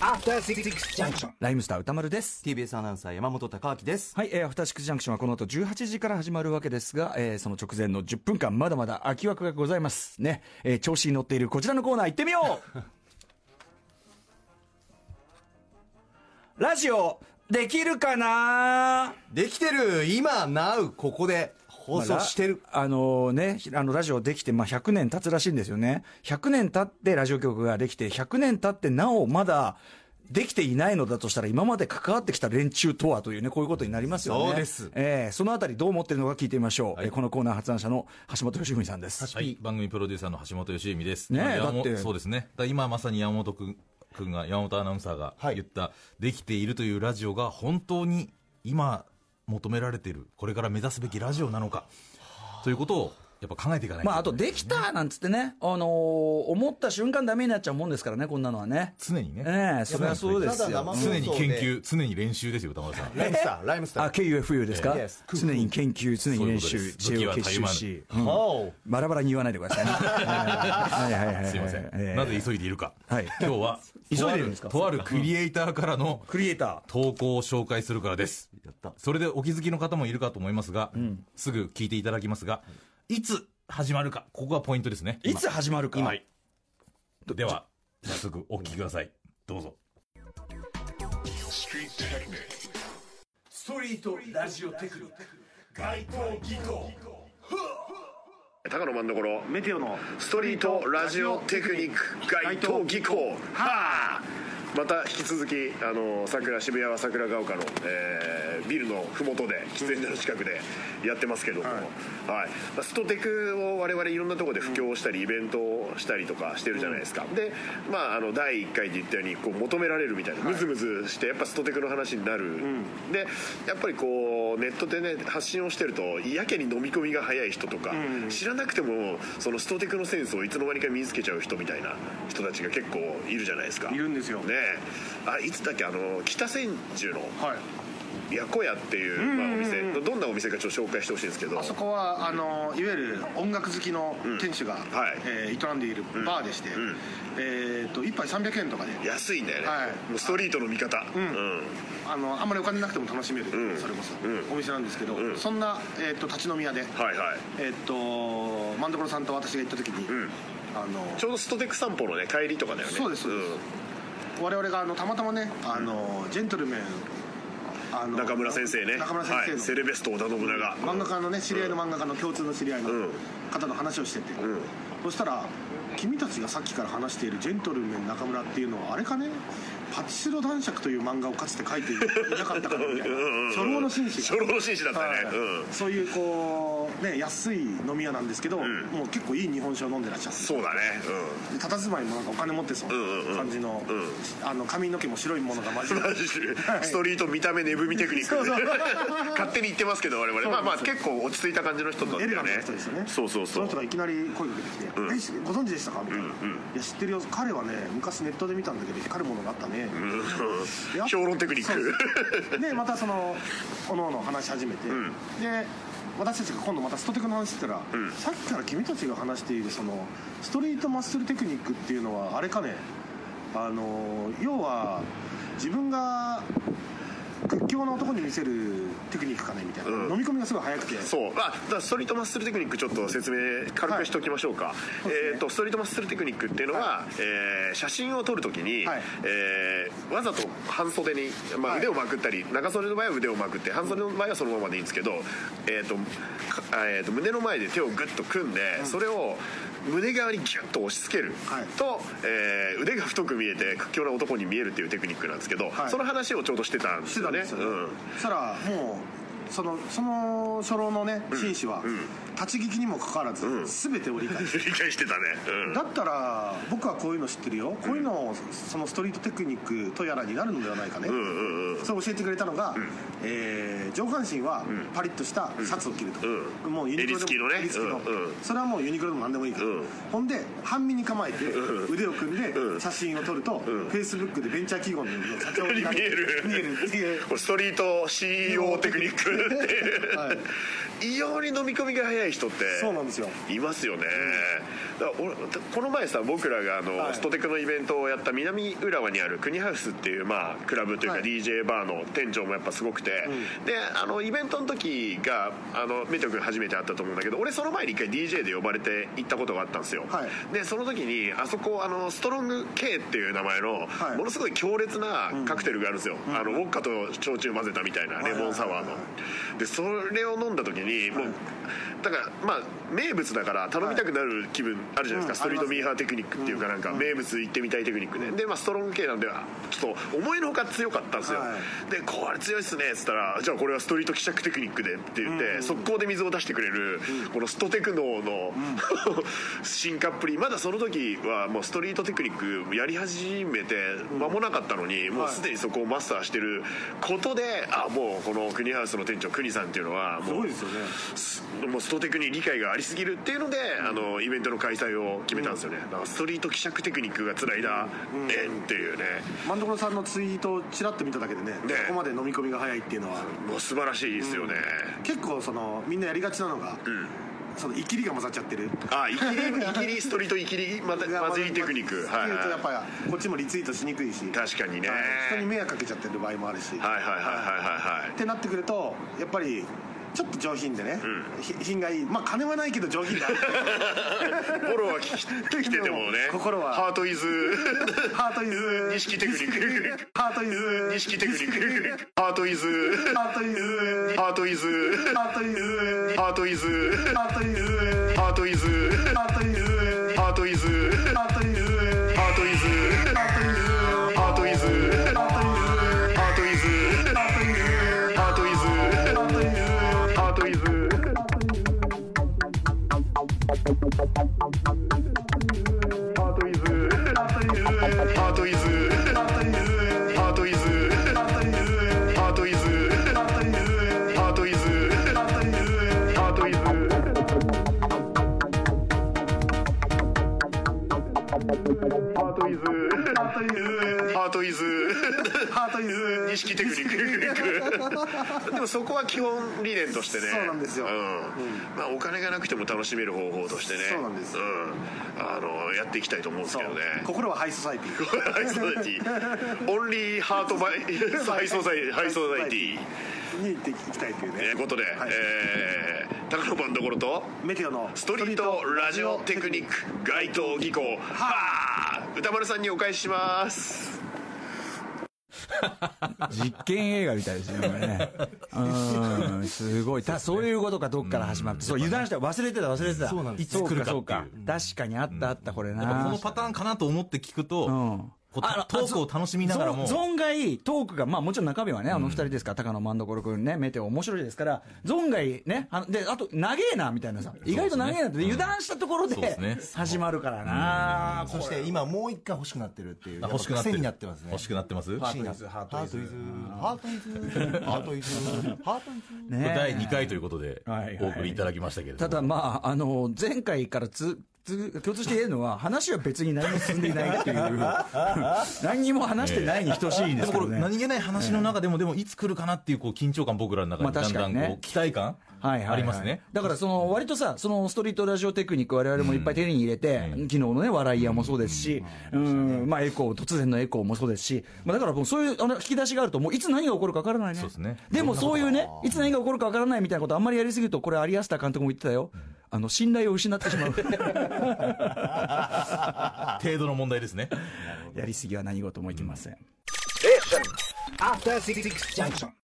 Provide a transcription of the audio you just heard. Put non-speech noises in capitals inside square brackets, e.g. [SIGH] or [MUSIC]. アフターシックスジャンクションライムスター歌丸です。 TBS アナウンサー山本貴明です。はい、えー、アフターシックスジャンクションはこの後18時から始まるわけですが、えーその直前の10分間、まだまだ空き枠がございます。ね、えー調子に乗っているこちらのコーナー行ってみよ [LAUGHS] うラジオ、できるかなできてる今、なう、ここで放送してる。まあラあのね、あのラジオできて、まあ、100年経つらしいんですよね。100年経ってラジオ局ができて、100年経ってなおまだ、できていないのだとしたら、今まで関わってきた連中とはというね、こういうことになりますよね。そうですええそのあたりどう思ってるのか聞いてみましょう。はいえーこのコーナー発案者の橋本義文さんです。はい、番組プロデューサーの橋本良美です。ねえ山本だってそうですね。だから今まさに山本くんくんが、山本アナウンサーがはい言った、できているというラジオが本当に今求められている、これから目指すべきラジオなのか、ということをやっぱ考えていかないと、まあ、あと、できたなんつってね、あのー思った瞬間ダメになっちゃうもんですからね、こんなのはね。常にね。ええそりゃそうですただ生よ。放送常でに研究、常に練習ですよ、歌丸さん。ライムスター、ライムスタあ、ー。 KUFU ですか、ええ Yes 常に研究、常に練そう習いう、ことです知恵武器をは結集たゆまぬし。おうバラバラに言わないでください [LAUGHS] ね。はいはいはいはいすいません、ええなぜ急いでいるか、はい今日は [LAUGHS] 急いでるんですかとあるとあるクリエイターからのクリエイタ投稿を紹介するからですやった。それでお気づきの方もいるかと思いますが、すぐ聞いていただきますが、いつ始まるか、ここがポイントですね。ー。いつ始まるか。今はいでは、早速お聞きください。どうぞ。高野真んところメテオのストリートラジオテクニック街頭技巧はあまた引き続きあの桜渋谷は桜ヶ丘の、えービルの麓で喫煙所の近くでやってますけども、はいまあストテクを我々いろんなところで布教したりイベントをしたりとかしてるじゃないですか、で、まあ、あの第1回で言ったようにこう求められるみたいな、ムズムズしてやっぱストテクの話になる、でやっぱりこうネットでね発信をしてるとやけに飲み込みが早い人とか、知らなくてもそのストテクのセンスをいつの間にか身につけちゃう人みたいな人たちが結構いるじゃないですかいるんですよねえあいつだっけあの北千住のはい、やこやっていう、まあ、お店どんなお店かちょっと紹介してほしいんですけどあそこはあのいわゆる音楽好きの店主が、はいえー営んでいるバーでして、んえー、と1杯300円とかで安いんだよね、はいもうストリートの味方んあのあんまりお金なくても楽しめる、んそれこそ、うんお店なんですけど、うんそんな、えー、と立ち飲み屋で、はいはいえー、と万所さんと私が行った時に、うんあのちょうどストテク散歩のね帰りとかだよねそうですそうです我々があのたまたまねあの、ジェントルメンあうのん中村先生ね中村先生の、はい、セレベスト織田信長、漫画家のね知り合いの漫画家の共通の知り合いのうん方の話をしてて、んそしたら「君たちがさっきから話しているジェントルメン中村っていうのはあれかねパチスロ男爵という漫画をかつて書いていなかったからみたいな初老の紳士初老の紳士だったね、はいうんそういうこうね安い飲み屋なんですけど、もう結構いい日本酒を飲んでらっしゃってそうだね [LAUGHS] で佇まいもなんかお金持ってそうな感じの,、あの髪の毛も白いものが混じうんるマジでストリート見た目値踏みテクニック [LAUGHS] 勝手に言ってますけど我々まあまあ結構落ち着いた感じの人だったエレガよントねな人ですよねそうそうそうの人がいきなり声かけてきて「えしご存知でしたか?」みたいな「いや知ってるよ彼はね昔ネットで見たんだけど光るものがあったね」で評論テクニックそうそうでまたそのおのおの話し始めて、で私たちが今度またストテクの話してたら、さっきから君たちが話しているそのストリートマッスルテクニックっていうのはあれかねあの要は自分が屈強な男に見せるテクニックかねみたいな、飲み込みがすごい早くてそうまあ、だからストリートマッスルテクニックちょっと説明軽くしておきましょうか、えー、とストリートマッスルテクニックっていうのは、えー写真を撮るときに、はいえーわざと半袖に、まあ、はい腕をまくったり、長袖の場合は腕をまくって半袖の場合はそのままでいいんですけど、えーとかあえー、と胸の前で手をグッと組んで、それを胸側にギュッと押し付けるはいと、えー腕が太く見えて屈強な男に見えるっていうテクニックなんですけど、はいその話をちょうどしてたんでしすてたよんね。ですよ、うんそしたらもうそのその初老のね紳士は、立ち聞きにもかかわらず、全てを理 [LAUGHS] 解して理解してたね、うんだったら僕はこういうの知ってるよこういうのをそのストリートテクニックとやらになるのではないかね、それを教えてくれたのが、えー上半身はパリッとしたシャツを着ると、うんもうユニク襟ロでも付きのね襟付きのうんうんそれはもうユニクロでも何でもいいから、うんほんで半身に構えて腕を組んでうん写真を撮ると、フェイスブックでベンチャー企業の社長にな見える見えるっていうこれストリート CEO テクニックっていう、はい異様に飲み込みが早い人ってそうなんですよいますよね、だから俺この前さ僕らがあの、はいストテクのイベントをやった南浦和にある国ハウスっていう、まあ、クラブというかはい DJ バーの店長もやっぱすごくて、であのイベントの時があのメト君初めて会ったと思うんだけど俺その前に一回 DJ で呼ばれて行ったことがあったんですよ、はいでその時にあそこあのストロング K っていう名前の、はいものすごい強烈なカクテルがあるんですよ、あのウォッカと焼酎混ぜたみたいなレモンサワーの、はいはいはいはでそれを飲んだ時にもう、だからまあ名物だから頼みたくなる気分あるじゃないですか、うんストリーありますトミーハーテクニックっていうかなんか名物行ってみたいテクニックねでまあストロング系なんでちょっと思いのほか強かったんですよ、はでこれ強いっすねっつったらじゃあこれはストリート希釈テクニックでって言って、速攻で水を出してくれる、このストテクノーの、進化っぷりまだその時はもうストリートテクニックやり始めて間もなかったのに、もうすでにそこをマスターしてることであもうこの国ハウスの店長国さんっていうのはすもごういですよねすもうストテクに理解がありすぎるっていうので、あのイベントの開催を決めたんですよね、だからストリート希釈テクニックがつないだ縁っていうね万所さんのツイートをちらっと見ただけでねねここまで飲み込みが早いっていうのはもう素晴らしいですよね、結構そのみんなやりがちなのが、そのイキリが混ざっちゃってるあイキリイ [LAUGHS] キリストリートイキリまた混じりテクニックははいい、うとやっはぱこっちもリツイートしにくいしい、確かにね、はい人に迷惑かけちゃってる場合もあるし、はいはいはいはいはいってなってくるとやっぱりちょっと上品でね、ひ品がいいまあ金はないけど上品だフォローは聞き聞きててもね心はハートイズハートイズ錦テクニックハートイズ錦テクニックハートイズハートイズハートイズハートイズハートイズハートイズハートイズハートイズハートイズハートイズハートイズハートハートイズイズハートイズハートイズハートイズハートイズハートイズハートイズハートイズハートイズハートイズハートイズハートイズハートイズハートイズハートイズハートイズハートイズハートイズハートイズハートイズハーハートトイズイズハートイズ意識テクニックでもそこは基本理念としてねそうなんですよんまあ、お金がなくても楽しめる方法としてねそうなんですんあのやっていきたいと思うんですそけどねう心はハイソサイティハイソサイ [LAUGHS] ティオンリーハートバイハイソサイハイソサイティに行っていきたいというとねいうことで、はいえー、高野番どころとメテオのストリートラジオテクニック街頭技巧はあ歌丸さんにお返しします実験映画みたいですね、今 [LAUGHS] ね。うん、すごい。たそういうことか、どっから始まって。そう、油断した。忘れてた、忘れてた。そうなんですそういつ来るか、かっていうそうか。確かにあった、あった、これやっぱな。このパターンかなと思って聞くと、んこうあトークを楽しみながらもゾン外トークが、まあもちろん中身はね、あの二人ですから、高野万所君ね、メテオ面白いですから、ゾン外ね、あので、あと、長えな、みたいなさ、意外と長えなって、油断したところそうでですね、始まるからな、そして今もう一回欲しくなってるっていう。あ欲しくなって癖るになってますね。欲しくなってますハートイズ、ハートイズ、ハートイズ、ハートイズ、ハートイズ。ね第2回ということではいはいお送りいただきましたけれども、ただまあ、あの、前回からつ、つ共通して言えるのは、話は別に何も進んでいない [LAUGHS] っていう、何にも話してないに等しいんでですもけこどれ、ね。何気ない話の中でも、でもいつ来るかなっていうこう緊張感、僕らの中まあにだんだん確かにこねう期待感はいはいはいありますね。だからその割とさ、そのストリートラジオテクニック、我々もいっぱい手に入れて、うん昨日のね、笑い屋もそうですし、うん、まあエコー、突然のエコーもそうですし、まあだからもうそういうあの引き出しがあると、もういつ何が起こるかわからないね。そうですねでもそういうね、いつ何が起こるかわからないみたいなことあんまりやりすぎると、これ有安田監督も言ってたよ。あの、信頼を失ってしまう。 [LAUGHS] 程度の問題ですね。やりすぎは何事もいけません。 After Six Junction.